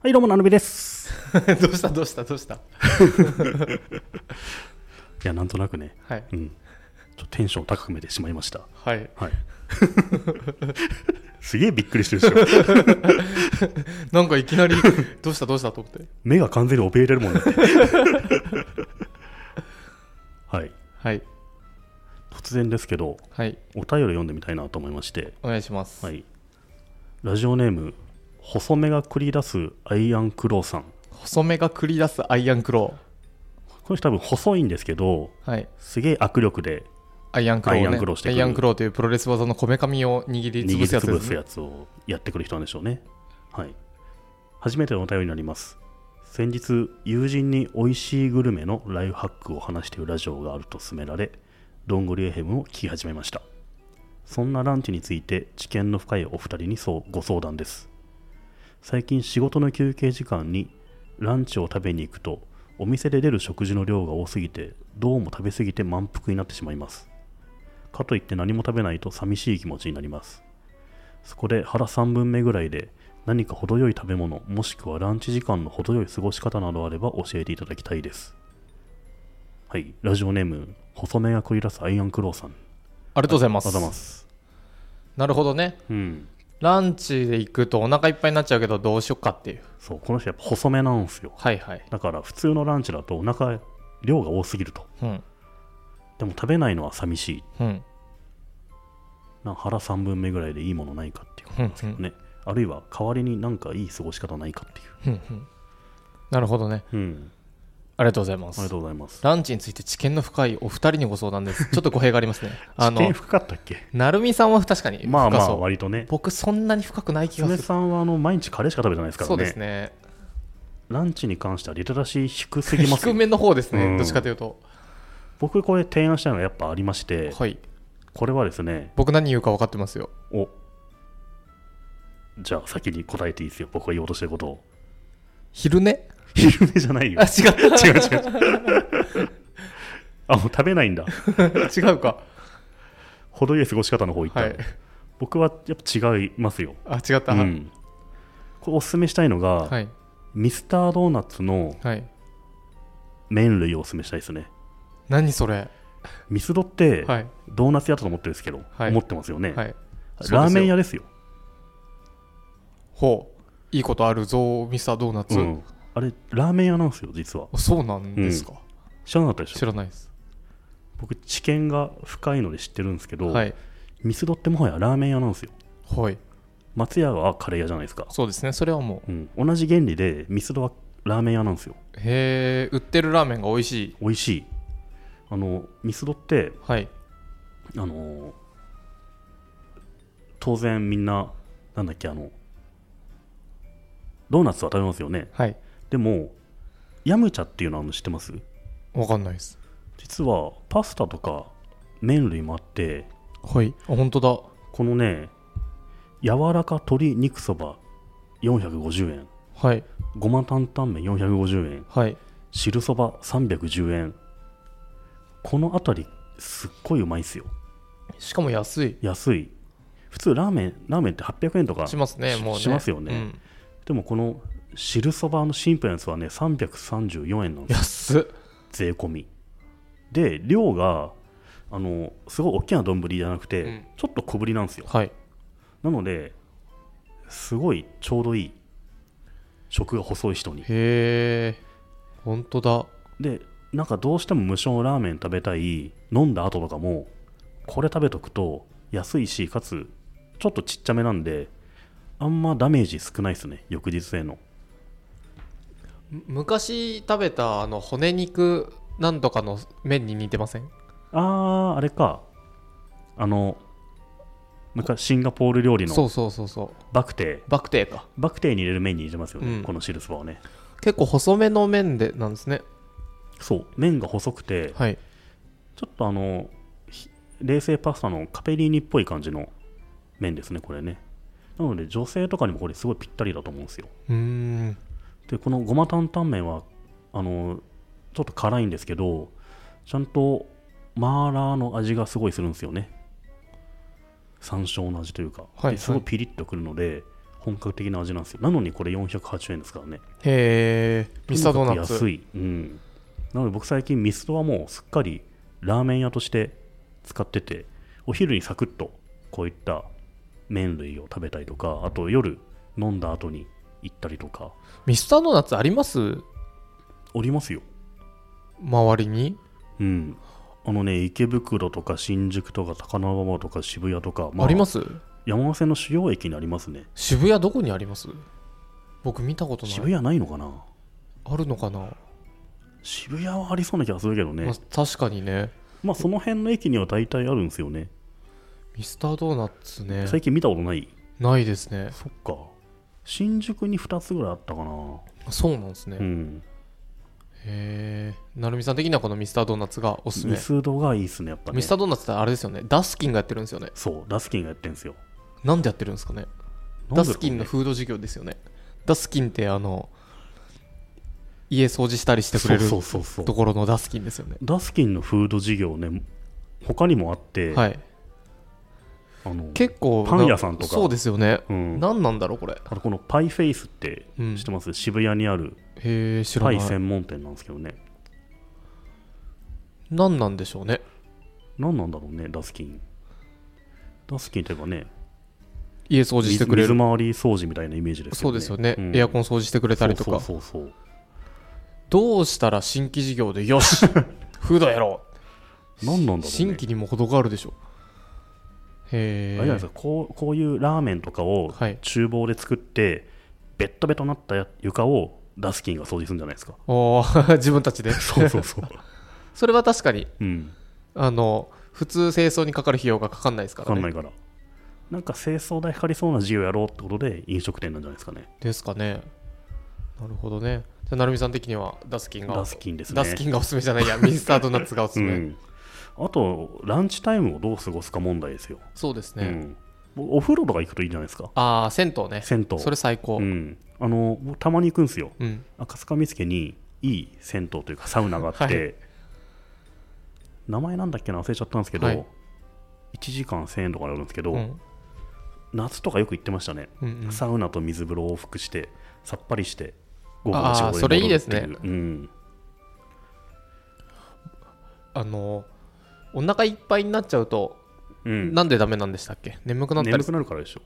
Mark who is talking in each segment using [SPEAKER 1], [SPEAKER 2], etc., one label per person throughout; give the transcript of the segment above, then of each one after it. [SPEAKER 1] はい、どうも、なのびです。
[SPEAKER 2] どうしたどうしたどうした
[SPEAKER 1] いや、なんとなくね、
[SPEAKER 2] はい
[SPEAKER 1] うん、ちょっとテンション高くめてしまいました。
[SPEAKER 2] はい
[SPEAKER 1] はい。すげえびっくりしてるでしょ。
[SPEAKER 2] なんかいきなり どうしたどうしたと思って
[SPEAKER 1] 目が完全に怯えれる もんね。はい。
[SPEAKER 2] はい
[SPEAKER 1] 突然ですけど、
[SPEAKER 2] はい
[SPEAKER 1] お便り読んでみたいなと思いまして、
[SPEAKER 2] お願いします、
[SPEAKER 1] はい。ラジオネーム、細目が繰り出すアイアンクローさん。
[SPEAKER 2] 細目が繰り出すアイアンクロ
[SPEAKER 1] この人多分細いんですけど、
[SPEAKER 2] ーはい
[SPEAKER 1] すげえ握力で
[SPEAKER 2] アイアンクロー、
[SPEAKER 1] ア
[SPEAKER 2] ね、
[SPEAKER 1] イアンクローしてくる
[SPEAKER 2] アイアンクローというプロレス技のこめかみを握り
[SPEAKER 1] 握
[SPEAKER 2] 潰
[SPEAKER 1] り
[SPEAKER 2] すやつで
[SPEAKER 1] 潰
[SPEAKER 2] す
[SPEAKER 1] す
[SPEAKER 2] ね
[SPEAKER 1] やつをやってくる人なんでしょうね。はい。初めてのお便りになります。先日、友人に美味しいグルメのライフハックを話しているラジオがあると勧められ、どんぐりエヘムを聞き始めました。そんなランチについて知見の深いお二人にそうご相談です。最近仕事の休憩時間にランチを食べに行くとお店で出る食事の量が多すぎてどうも食べ過ぎて満腹になってしまいます。かといって何も食べないと寂しい気持ちになります。そこで腹3分目ぐらいで何か程よい食べ物もしくはランチ時間の程よい過ごし方などあれば教えていただきたいですはいラジオネーム細目が繰り出すアイアンクローさんあり
[SPEAKER 2] ありがとうござい
[SPEAKER 1] が
[SPEAKER 2] ま
[SPEAKER 1] と
[SPEAKER 2] す
[SPEAKER 1] うございます
[SPEAKER 2] なるほどね
[SPEAKER 1] うん
[SPEAKER 2] ランチで行くとお腹いっぱいになっちゃうけどどうしよっかっていう
[SPEAKER 1] そうこの人やっぱ細めなんですよ
[SPEAKER 2] はいはい
[SPEAKER 1] だから普通のランチだとお腹量が多すぎると
[SPEAKER 2] うん
[SPEAKER 1] でも食べないのは寂しい
[SPEAKER 2] うん
[SPEAKER 1] な腹3分目ぐらいでいいものないかっていうこ
[SPEAKER 2] う
[SPEAKER 1] と
[SPEAKER 2] ん
[SPEAKER 1] ですけ
[SPEAKER 2] うん
[SPEAKER 1] どねあるいは代わりになんかいい過ごし方ないかってい
[SPEAKER 2] うんうんなるほどね
[SPEAKER 1] ううん
[SPEAKER 2] ありがとうございま
[SPEAKER 1] ありが
[SPEAKER 2] す
[SPEAKER 1] とうございます
[SPEAKER 2] ランチについて知見の深いお二人にご相談ですちょっと語弊がありますねあ
[SPEAKER 1] 知見
[SPEAKER 2] の
[SPEAKER 1] 深かったっけ
[SPEAKER 2] なるみさんは確かに深そう
[SPEAKER 1] まあまあ割とね
[SPEAKER 2] 僕そんなに深くない気がす
[SPEAKER 1] 娘
[SPEAKER 2] る
[SPEAKER 1] さんはあの毎日カレーしか食べてないですからね
[SPEAKER 2] そうですね
[SPEAKER 1] ランチに関してはリテラシー低すぎます
[SPEAKER 2] 低めの方ですね、
[SPEAKER 1] うん
[SPEAKER 2] どっちかというと
[SPEAKER 1] 僕これ提案したいのがやっぱありまして、
[SPEAKER 2] はい
[SPEAKER 1] これはですね
[SPEAKER 2] 僕何言うか分かってますよ
[SPEAKER 1] おじゃあ先に答えていいですよ僕が言おうとしてることを
[SPEAKER 2] 昼寝
[SPEAKER 1] 昼寝じゃ ないよ
[SPEAKER 2] あ違う
[SPEAKER 1] 違 う違う違うあもう食べないんだ
[SPEAKER 2] 違うか
[SPEAKER 1] 程よい過ごし方の方行った
[SPEAKER 2] は
[SPEAKER 1] の、
[SPEAKER 2] い
[SPEAKER 1] 僕はやっぱ違いますよ、
[SPEAKER 2] あ違った、
[SPEAKER 1] うん、これおすすめしたいのが、
[SPEAKER 2] はい
[SPEAKER 1] ミスタードーナツの
[SPEAKER 2] はい
[SPEAKER 1] 麺類をおすすめしたいですね
[SPEAKER 2] 何それ
[SPEAKER 1] ミスドって、
[SPEAKER 2] はい
[SPEAKER 1] ドーナツ屋だと思ってるんですけど、
[SPEAKER 2] はい
[SPEAKER 1] 思ってますよね、
[SPEAKER 2] はい
[SPEAKER 1] ラーメン屋ですよ、
[SPEAKER 2] ほういいことあるぞミスタードーナツ、
[SPEAKER 1] うんあれラーメン屋なんですよ実は
[SPEAKER 2] あそうなんですか、
[SPEAKER 1] 知らなかったでし
[SPEAKER 2] 知
[SPEAKER 1] ょ
[SPEAKER 2] らないです
[SPEAKER 1] 僕知見が深いので知ってるんですけど、
[SPEAKER 2] はい
[SPEAKER 1] ミスドってもはやラーメン屋なんですよ
[SPEAKER 2] はい
[SPEAKER 1] 松屋はカレー屋じゃないですか、
[SPEAKER 2] そうですねそれはもう
[SPEAKER 1] うん、同じ原理でミスドはラーメン屋なんですよ
[SPEAKER 2] へえ売ってるラーメンが美味しい
[SPEAKER 1] 美味しいあのミスドって
[SPEAKER 2] はい
[SPEAKER 1] あの当然みんななんだっけあのドーナツは食べますよね
[SPEAKER 2] はい
[SPEAKER 1] でもヤムチャっていうのあるの知ってます
[SPEAKER 2] 分かんないです
[SPEAKER 1] 実はパスタとか麺類もあって
[SPEAKER 2] はいあ本当だ
[SPEAKER 1] このね柔らか鶏肉そば450円
[SPEAKER 2] はい
[SPEAKER 1] ごま担々麺450円
[SPEAKER 2] はい
[SPEAKER 1] 汁そば310円この辺りすっごいうまいんすよ
[SPEAKER 2] しかも安い
[SPEAKER 1] 安い普通ラーメンラーメンって800円とか
[SPEAKER 2] しますねもうね
[SPEAKER 1] しますよね
[SPEAKER 2] うん
[SPEAKER 1] でもこの汁そばのシンプルなやつはね334円なんですよ
[SPEAKER 2] 安っ
[SPEAKER 1] 税込みで量があのすごい大きな丼じゃなくて、
[SPEAKER 2] うん
[SPEAKER 1] ちょっと小ぶりなんですよ
[SPEAKER 2] はい
[SPEAKER 1] なのですごいちょうどいい食が細い人に
[SPEAKER 2] へえ本当だ
[SPEAKER 1] でなんかどうしても無償ラーメン食べたい飲んだ後とかもこれ食べとくと安いしかつちょっとちっちゃめなんであんまダメージ少ないですね翌日への
[SPEAKER 2] む昔食べたあの骨肉なんとかの麺に似てません
[SPEAKER 1] あーあれかあの昔シンガポール料理
[SPEAKER 2] そ
[SPEAKER 1] の
[SPEAKER 2] うそうそうそう
[SPEAKER 1] バクテー
[SPEAKER 2] バクテーか
[SPEAKER 1] バクテーに入れる麺に入れてますよね、
[SPEAKER 2] うん
[SPEAKER 1] この汁そばはね
[SPEAKER 2] 結構細めの麺でなんですね
[SPEAKER 1] そう麺が細くて
[SPEAKER 2] はい
[SPEAKER 1] ちょっとあのひ冷製パスタのカペリーニっぽい感じの麺ですねこれねなので女性とかにもこれすごいぴったりだと思うんですよ
[SPEAKER 2] うーん
[SPEAKER 1] でこのごま担々麺はあのちょっと辛いんですけどちゃんとマーラーの味がすごいするんですよね山椒の味というか、
[SPEAKER 2] はい
[SPEAKER 1] ですご
[SPEAKER 2] はいい
[SPEAKER 1] ピリッとくるので本格的な味なんですよなのにこれ480円ですからね
[SPEAKER 2] へえミスタードーナ
[SPEAKER 1] と
[SPEAKER 2] ツ
[SPEAKER 1] にかく安い、うん、なので僕最近ミスドはもうすっかりラーメン屋として使っててお昼にサクッとこういった麺類を食べたりとかあと夜飲んだ後に行ったりとか
[SPEAKER 2] ミスタードーナツあります
[SPEAKER 1] おりますよ
[SPEAKER 2] 周りに
[SPEAKER 1] うんあのね池袋とか新宿とか高輪馬場とか渋谷とか、
[SPEAKER 2] あります
[SPEAKER 1] 山手線の主要駅にありますね
[SPEAKER 2] 渋谷どこにあります僕見たことな
[SPEAKER 1] 渋
[SPEAKER 2] い
[SPEAKER 1] 谷ないのかな
[SPEAKER 2] あるのかな、
[SPEAKER 1] 渋谷はありそうな気がするけどね
[SPEAKER 2] まあ、確かにね
[SPEAKER 1] まあその辺の駅には大体あるんですよね
[SPEAKER 2] ミスタードーナツね
[SPEAKER 1] 最近見たことない
[SPEAKER 2] ないですね
[SPEAKER 1] そっか新宿に2つぐらいあったかな
[SPEAKER 2] そうなんですね、
[SPEAKER 1] う
[SPEAKER 2] へ
[SPEAKER 1] ん
[SPEAKER 2] えなるみさん的にはこのミスタードーナツがおすすめ
[SPEAKER 1] ミスドがいいっすねやっぱね
[SPEAKER 2] ミスタードーナツってあれですよねダスキンがやってるんですよね
[SPEAKER 1] そうダスキンがやってんすよ
[SPEAKER 2] なんでやってるんですかね
[SPEAKER 1] な
[SPEAKER 2] ダ
[SPEAKER 1] んでだろう
[SPEAKER 2] ス
[SPEAKER 1] ね
[SPEAKER 2] キンのフード事業ですよねダスキンってあの家掃除したりしてくれる
[SPEAKER 1] そうそうそうそ
[SPEAKER 2] と
[SPEAKER 1] う
[SPEAKER 2] ころのダスキンですよね
[SPEAKER 1] ダスキンのフード事業ね他にもあって、
[SPEAKER 2] はい
[SPEAKER 1] あの
[SPEAKER 2] 結構
[SPEAKER 1] パン屋さんとか
[SPEAKER 2] そうですよね、
[SPEAKER 1] うん
[SPEAKER 2] 何なんだろうこれ
[SPEAKER 1] あとこのパイフェイスって
[SPEAKER 2] うん
[SPEAKER 1] 知ってます、渋谷にある
[SPEAKER 2] へえ知
[SPEAKER 1] パ
[SPEAKER 2] らな
[SPEAKER 1] イ
[SPEAKER 2] い
[SPEAKER 1] 専門店なんですけどね
[SPEAKER 2] 何なんでしょうね
[SPEAKER 1] 何なんだろうねダスキンダスキンといえばね
[SPEAKER 2] 家掃除してくれ
[SPEAKER 1] 水
[SPEAKER 2] る
[SPEAKER 1] 水回り掃除みたいなイメージですよね
[SPEAKER 2] そうですよね、
[SPEAKER 1] うん
[SPEAKER 2] エアコン掃除してくれたりと
[SPEAKER 1] そ
[SPEAKER 2] か
[SPEAKER 1] うそうそうそう
[SPEAKER 2] どうしたら新規事業でよ しフードやろ
[SPEAKER 1] 何なん
[SPEAKER 2] う
[SPEAKER 1] だろう、ね、
[SPEAKER 2] 新規にも程があるでしょへえ
[SPEAKER 1] あれじゃないですかこうこういうラーメンとかを
[SPEAKER 2] はい
[SPEAKER 1] 厨房で作って、ベッドベトなったや床をダスキンが掃除するんじゃない ですか
[SPEAKER 2] おー自分たちで
[SPEAKER 1] そうそうそう、
[SPEAKER 2] それは確かに
[SPEAKER 1] うん、
[SPEAKER 2] あの普通清掃にかかる費用がかかんないですか
[SPEAKER 1] 分
[SPEAKER 2] ら
[SPEAKER 1] かん
[SPEAKER 2] ね
[SPEAKER 1] ないからなんか清掃代かかりそうな事業やろうってことで飲食店なんじゃないですかね
[SPEAKER 2] ですかねなるほどねじゃあ成美さん的にはダスキンが
[SPEAKER 1] ダスキンですね
[SPEAKER 2] ダスキンがおすすめじゃな いやミスタードーナツがおすす
[SPEAKER 1] う
[SPEAKER 2] め、
[SPEAKER 1] んあとランチタイムをどう過ごすか問題ですよ、
[SPEAKER 2] そうです
[SPEAKER 1] う
[SPEAKER 2] ね、
[SPEAKER 1] ん、僕お風呂とか行くといいじゃないですか
[SPEAKER 2] ああ銭湯ね
[SPEAKER 1] 銭湯
[SPEAKER 2] それ最高
[SPEAKER 1] う、ん、あの僕たまに行くんですよ
[SPEAKER 2] うん
[SPEAKER 1] 赤塚見附にいい銭湯というかサウナがあって、
[SPEAKER 2] はい
[SPEAKER 1] 名前なんだっけな忘れちゃったんですけど、
[SPEAKER 2] はい
[SPEAKER 1] 1時間1000円とかであるんですけど、
[SPEAKER 2] うん
[SPEAKER 1] 夏とかよく行ってましたね、
[SPEAKER 2] うんうん
[SPEAKER 1] サウナと水風呂を往復してさっぱりして午後
[SPEAKER 2] あ
[SPEAKER 1] の
[SPEAKER 2] ー
[SPEAKER 1] 仕事に戻る
[SPEAKER 2] それいいですね
[SPEAKER 1] ってううん、
[SPEAKER 2] あのお腹いっぱいになっちゃうと、
[SPEAKER 1] うん、
[SPEAKER 2] なんでダメなんでしたっけ眠くなった
[SPEAKER 1] 眠
[SPEAKER 2] り
[SPEAKER 1] くなるからでしょ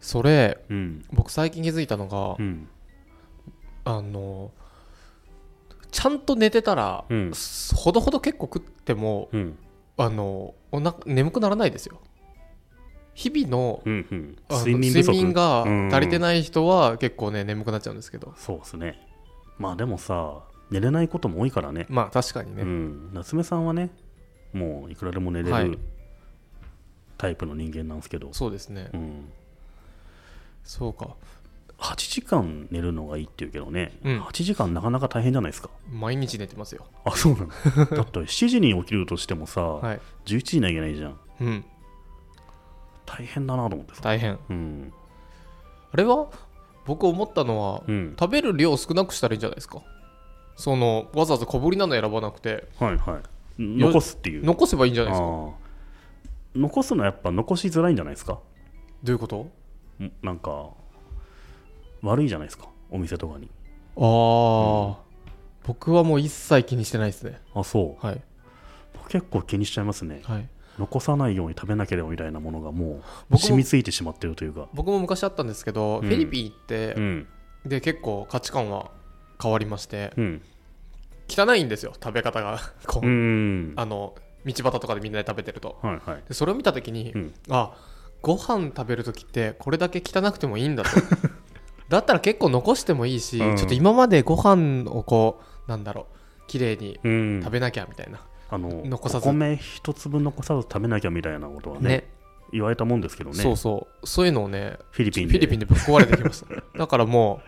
[SPEAKER 2] それ
[SPEAKER 1] うん、
[SPEAKER 2] 僕最近気づいたのが、
[SPEAKER 1] うん、
[SPEAKER 2] あのちゃんと寝てたら、
[SPEAKER 1] うん
[SPEAKER 2] ほどほど結構食っても
[SPEAKER 1] うん
[SPEAKER 2] あのおな眠くならないですよ日々の
[SPEAKER 1] うんうん
[SPEAKER 2] あの
[SPEAKER 1] 睡眠不足
[SPEAKER 2] 睡眠が足りて
[SPEAKER 1] い、
[SPEAKER 2] ない人は結構ね眠くなっちゃうんですけど
[SPEAKER 1] そうですねまあでもさ寝れないことも多いからね
[SPEAKER 2] まあ確かにね、
[SPEAKER 1] うん、夏目さんはねもういくらでも寝れ
[SPEAKER 2] はい
[SPEAKER 1] るタイプの人間なんですけど、
[SPEAKER 2] そうですね、
[SPEAKER 1] うん、
[SPEAKER 2] そうか
[SPEAKER 1] 8時間寝るのがいいっていうけどね、
[SPEAKER 2] うん
[SPEAKER 1] 8時間なかなか大変じゃないですか
[SPEAKER 2] 毎日寝てますよ
[SPEAKER 1] あそうなの だって7時に起きるとしてもさ、
[SPEAKER 2] はい
[SPEAKER 1] 11時になきゃいけないじゃん
[SPEAKER 2] うん
[SPEAKER 1] 大変だなと思ってさ
[SPEAKER 2] 大変
[SPEAKER 1] うん
[SPEAKER 2] あれは僕思ったのは、
[SPEAKER 1] うん
[SPEAKER 2] 食べる量少なくしたらいいんじゃないですかそのわざわざ小ぶりなの選ばなくて
[SPEAKER 1] はいはい残すっていう
[SPEAKER 2] 残せばいいんじゃないですか
[SPEAKER 1] あー残すのはやっぱ残しづらいんじゃないですか
[SPEAKER 2] どういうこと
[SPEAKER 1] んなんか悪いじゃないですかお店とかに
[SPEAKER 2] ああ、僕はもう一切気にしてないですね
[SPEAKER 1] あそ
[SPEAKER 2] はいう
[SPEAKER 1] 結構気にしちゃいますね
[SPEAKER 2] はい
[SPEAKER 1] 残さないように食べなければみたいなものがもう
[SPEAKER 2] 僕も
[SPEAKER 1] 染みついてしまってるというか、
[SPEAKER 2] 僕も昔あったんですけど、
[SPEAKER 1] うん
[SPEAKER 2] フィリピン行って、
[SPEAKER 1] うん
[SPEAKER 2] で結構価値観は変わりまして
[SPEAKER 1] うん
[SPEAKER 2] 汚いんですよ食べ方が こう、
[SPEAKER 1] うん
[SPEAKER 2] あの道端とかでみんなで食べてると
[SPEAKER 1] はいはい、
[SPEAKER 2] でそれを見た時に、
[SPEAKER 1] うん
[SPEAKER 2] あご飯食べる時ってこれだけ汚くてもいいんだと だったら結構残してもいいし、
[SPEAKER 1] うん
[SPEAKER 2] ちょっと今までご飯をこうなんだろう綺麗に
[SPEAKER 1] うん、
[SPEAKER 2] 食べなきゃみたいな、
[SPEAKER 1] あの
[SPEAKER 2] 残さず
[SPEAKER 1] お米一粒残さず食べなきゃみたいなことはね
[SPEAKER 2] ね
[SPEAKER 1] 言われたもんですけどね
[SPEAKER 2] そうそうそういうのをね
[SPEAKER 1] フィリ
[SPEAKER 2] フ
[SPEAKER 1] ピンで
[SPEAKER 2] ィリピンでぶっ壊れてきました だからも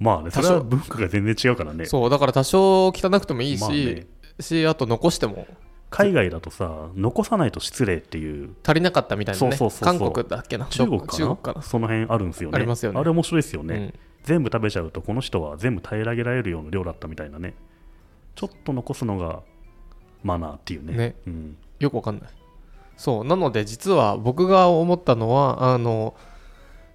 [SPEAKER 1] まあねそれ
[SPEAKER 2] 多
[SPEAKER 1] は
[SPEAKER 2] 少
[SPEAKER 1] 文化が全然違うから
[SPEAKER 2] う
[SPEAKER 1] ね
[SPEAKER 2] そうだから多少汚くてもいいし、
[SPEAKER 1] まあね
[SPEAKER 2] しあと残しても
[SPEAKER 1] 海外だとさ残さないと失礼っていう
[SPEAKER 2] 足りなかったみたいなね
[SPEAKER 1] そうそうそうそう
[SPEAKER 2] 韓国だっけな
[SPEAKER 1] 中国かな
[SPEAKER 2] 中国かな
[SPEAKER 1] その辺あるんですよね
[SPEAKER 2] ありますよね
[SPEAKER 1] あれ面白いですよね、
[SPEAKER 2] うん
[SPEAKER 1] 全部食べちゃうとこの人は全部平らげられるような量だったみたいなねちょっと残すのがマナーっていうね
[SPEAKER 2] ね
[SPEAKER 1] うん、
[SPEAKER 2] よくわかんないそうなので実は僕が思ったのはあの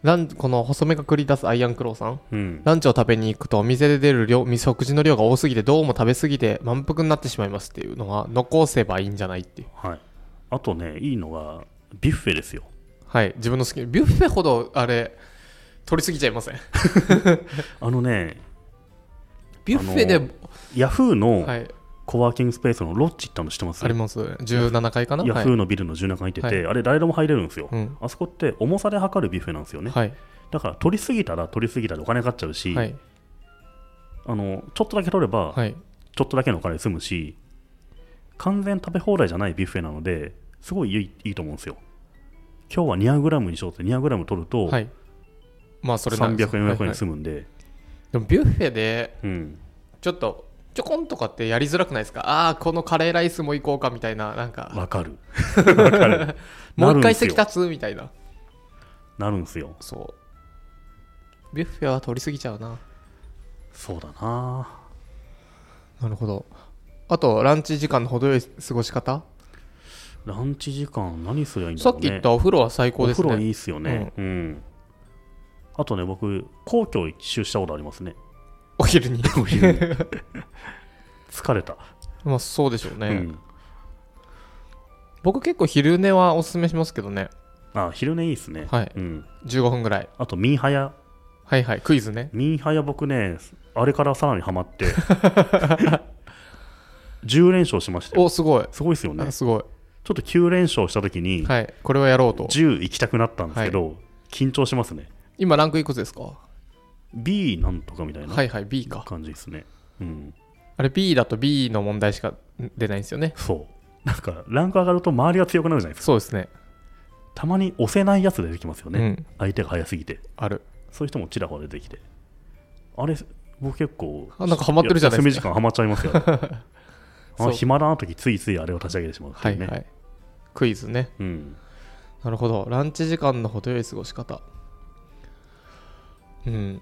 [SPEAKER 2] ランこの細めが繰り出すアイアンクローさん
[SPEAKER 1] うん
[SPEAKER 2] ランチを食べに行くとお店で出る量み食事の量が多すぎてどうも食べ過ぎて満腹になってしまいますっていうのは残せばいいんじゃないっていう
[SPEAKER 1] はい、あとねいいのがビュッフェですよ
[SPEAKER 2] はい自分の好きビュッフェほどあれ取りすぎちゃいません
[SPEAKER 1] あのね
[SPEAKER 2] ビュッフェで、
[SPEAKER 1] あヤフーの
[SPEAKER 2] はい、
[SPEAKER 1] コワーキングスペースのロッジ行ったの知ってます、
[SPEAKER 2] あります17階かな
[SPEAKER 1] ヤ
[SPEAKER 2] はい
[SPEAKER 1] フーのビルの中に入ってて、
[SPEAKER 2] はい
[SPEAKER 1] あれ誰でも入れるんですよ、
[SPEAKER 2] うん
[SPEAKER 1] あそこって重さで測るビュッフェなんですよね、
[SPEAKER 2] はい
[SPEAKER 1] だから取りすぎたら取りすぎたでお金かかっちゃうし、
[SPEAKER 2] はい
[SPEAKER 1] あのちょっとだけ取れば
[SPEAKER 2] はい
[SPEAKER 1] ちょっとだけのお金で済むし完全食べ放題じゃないビュッフェなのですごいいいいいと思うんですよ今日は 200g にしようって 200g 取ると
[SPEAKER 2] はいまあそれな
[SPEAKER 1] 300円400円
[SPEAKER 2] はい
[SPEAKER 1] 済むんで、
[SPEAKER 2] はいでもビュッフェで
[SPEAKER 1] うん
[SPEAKER 2] ちょっとちょこんとかってやりづらくないですかああーこのカレーライスも行こうかみたいななんか
[SPEAKER 1] わかるわかる
[SPEAKER 2] もう
[SPEAKER 1] な
[SPEAKER 2] 一回
[SPEAKER 1] るんすよ
[SPEAKER 2] 席立つみたいな
[SPEAKER 1] なるんすよ
[SPEAKER 2] そうビュッフェは取りすぎちゃうな
[SPEAKER 1] そうだな
[SPEAKER 2] なるほどあとランチ時間の程よい過ごし方、
[SPEAKER 1] ランチ時間何すりゃいいんだ
[SPEAKER 2] さ
[SPEAKER 1] ろう
[SPEAKER 2] っ
[SPEAKER 1] ね
[SPEAKER 2] き言ったお風呂は最高
[SPEAKER 1] お
[SPEAKER 2] です
[SPEAKER 1] 風呂い
[SPEAKER 2] ね
[SPEAKER 1] いっすよね、うんあとね僕皇居一周したことありますね
[SPEAKER 2] お昼に
[SPEAKER 1] お昼に疲れた、
[SPEAKER 2] まあそうでしょうね、
[SPEAKER 1] うん、
[SPEAKER 2] 僕結構昼寝はおすすめしますけどね
[SPEAKER 1] あ昼寝いいっすね、
[SPEAKER 2] はい
[SPEAKER 1] うん、
[SPEAKER 2] 15分ぐらい
[SPEAKER 1] あとミンハヤ
[SPEAKER 2] はいはいクイズね
[SPEAKER 1] ミンハヤ僕ねあれからさらにハマって 10連勝しましたよ
[SPEAKER 2] おすごい
[SPEAKER 1] すごいですよね
[SPEAKER 2] あすご
[SPEAKER 1] ちょっと9連勝した時に
[SPEAKER 2] いはいこれはやろうと
[SPEAKER 1] 10行きたくなったんですけど、緊張しますね
[SPEAKER 2] 今ランクいくつですか
[SPEAKER 1] B なんとかみたいな
[SPEAKER 2] はいはい B か
[SPEAKER 1] 感じですね、うん
[SPEAKER 2] あれ B だと B の問題しか出ないんですよね
[SPEAKER 1] そうなんかランク上がると周りが強くなるじゃないですか
[SPEAKER 2] そうですね
[SPEAKER 1] たまに押せないやつ出てきますよね、
[SPEAKER 2] うん
[SPEAKER 1] 相手が速すぎて
[SPEAKER 2] ある
[SPEAKER 1] そういう人もちらほら出てきてあれ僕結構
[SPEAKER 2] あなんかハマってるじゃないです
[SPEAKER 1] か休み時間ハマっちゃい ますよ
[SPEAKER 2] そう
[SPEAKER 1] あ暇だな時ついついあれを立ち上げてしまうって
[SPEAKER 2] はいいう
[SPEAKER 1] ね、
[SPEAKER 2] はいクイズね
[SPEAKER 1] うん、
[SPEAKER 2] なるほどランチ時間の程よい過ごし方うん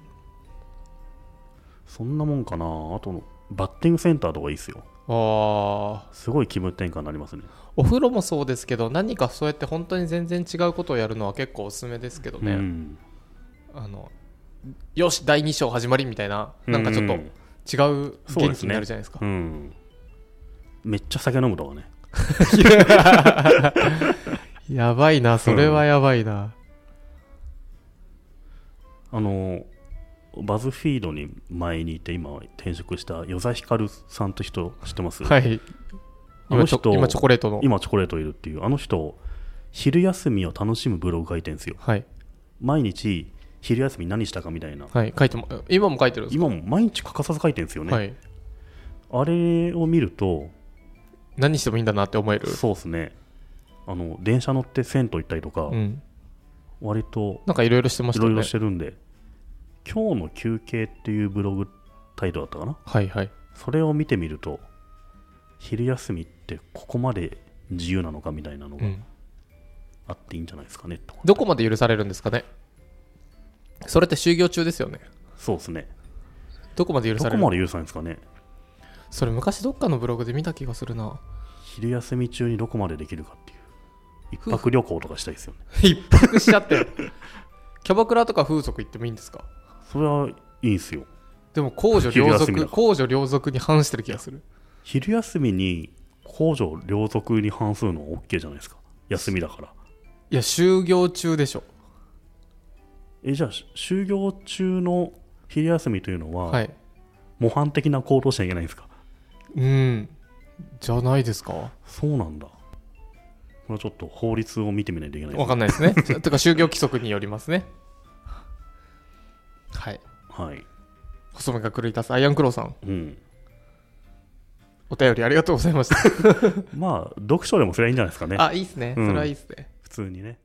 [SPEAKER 1] そんなもんかなあとバッティングセンターとかいいですよ
[SPEAKER 2] あー
[SPEAKER 1] すごい気分転換になりますね
[SPEAKER 2] お風呂もそうですけど何かそうやって本当に全然違うことをやるのは結構おすすめですけどね、
[SPEAKER 1] うん、
[SPEAKER 2] あのよし第2章始まりみたいななんかちょっと
[SPEAKER 1] う
[SPEAKER 2] 違う
[SPEAKER 1] そう
[SPEAKER 2] 元
[SPEAKER 1] です
[SPEAKER 2] 気
[SPEAKER 1] ね
[SPEAKER 2] になるじゃないですか
[SPEAKER 1] うん、めっちゃ酒飲むとかね
[SPEAKER 2] やばいなそれはやばいな、
[SPEAKER 1] あのバズフィードに前にいて今転職した与座ひかるさんって人知ってます、
[SPEAKER 2] はい
[SPEAKER 1] あの
[SPEAKER 2] 今ち
[SPEAKER 1] 人
[SPEAKER 2] ょ今チョコレートの
[SPEAKER 1] 今チョコレートいるっていうあの人昼休みを楽しむブログ書いてるんですよ
[SPEAKER 2] はい
[SPEAKER 1] 毎日昼休み何したかみたいな
[SPEAKER 2] はい書いても今も書いてるんです
[SPEAKER 1] 今も毎日欠かさず書いてるんですよ
[SPEAKER 2] か、
[SPEAKER 1] ね、
[SPEAKER 2] はい
[SPEAKER 1] あれを見ると
[SPEAKER 2] 何してもいいんだなって思える
[SPEAKER 1] そうですねあの電車乗って銭湯行ったりとか、
[SPEAKER 2] うん
[SPEAKER 1] 割と
[SPEAKER 2] なんかいろいろしてまし
[SPEAKER 1] い
[SPEAKER 2] たよ
[SPEAKER 1] ろ
[SPEAKER 2] ね
[SPEAKER 1] いろしてるんで「今日の休憩」っていうブログタイトルだったかな
[SPEAKER 2] はいはい
[SPEAKER 1] それを見てみると昼休みってここまで自由なのかみたいなの
[SPEAKER 2] う
[SPEAKER 1] が
[SPEAKER 2] ん
[SPEAKER 1] あっていいんじゃないですかねとか、
[SPEAKER 2] どこまで許されるんですかねそれって就業中ですよね
[SPEAKER 1] そうですね
[SPEAKER 2] どこまで許
[SPEAKER 1] どこ
[SPEAKER 2] される
[SPEAKER 1] まで許さないんですかね
[SPEAKER 2] それ昔どっかのブログで見た気がするな
[SPEAKER 1] 昼休み中にどこまでできるかっていう一泊旅行とかしたいですよね
[SPEAKER 2] 一泊しちゃって るキャバクラとか風俗行ってもいいんですか
[SPEAKER 1] それはいいんすよ
[SPEAKER 2] でも公序良
[SPEAKER 1] 昼休みだ
[SPEAKER 2] 俗公序良俗に反してる気がする
[SPEAKER 1] 昼休みに公序良俗に反するのは OK じゃないですか休みだから
[SPEAKER 2] いや就業中でしょ
[SPEAKER 1] えじゃあし就業中の昼休みというのは、
[SPEAKER 2] はい
[SPEAKER 1] 模範的な行動しちゃいけないんですか
[SPEAKER 2] うんじゃないですか
[SPEAKER 1] そうなんだこれはちょっと法律を見てみないといけないですね
[SPEAKER 2] わかんないですねちょ てか就業規則によりますねはい
[SPEAKER 1] はい、
[SPEAKER 2] 細目が狂い出すアイアンクローさん
[SPEAKER 1] うん、
[SPEAKER 2] お便りありがとうございました
[SPEAKER 1] まあ読書でもすりゃいいんじゃないですかね
[SPEAKER 2] あいいっすねそれはいいっすね、
[SPEAKER 1] 普通にね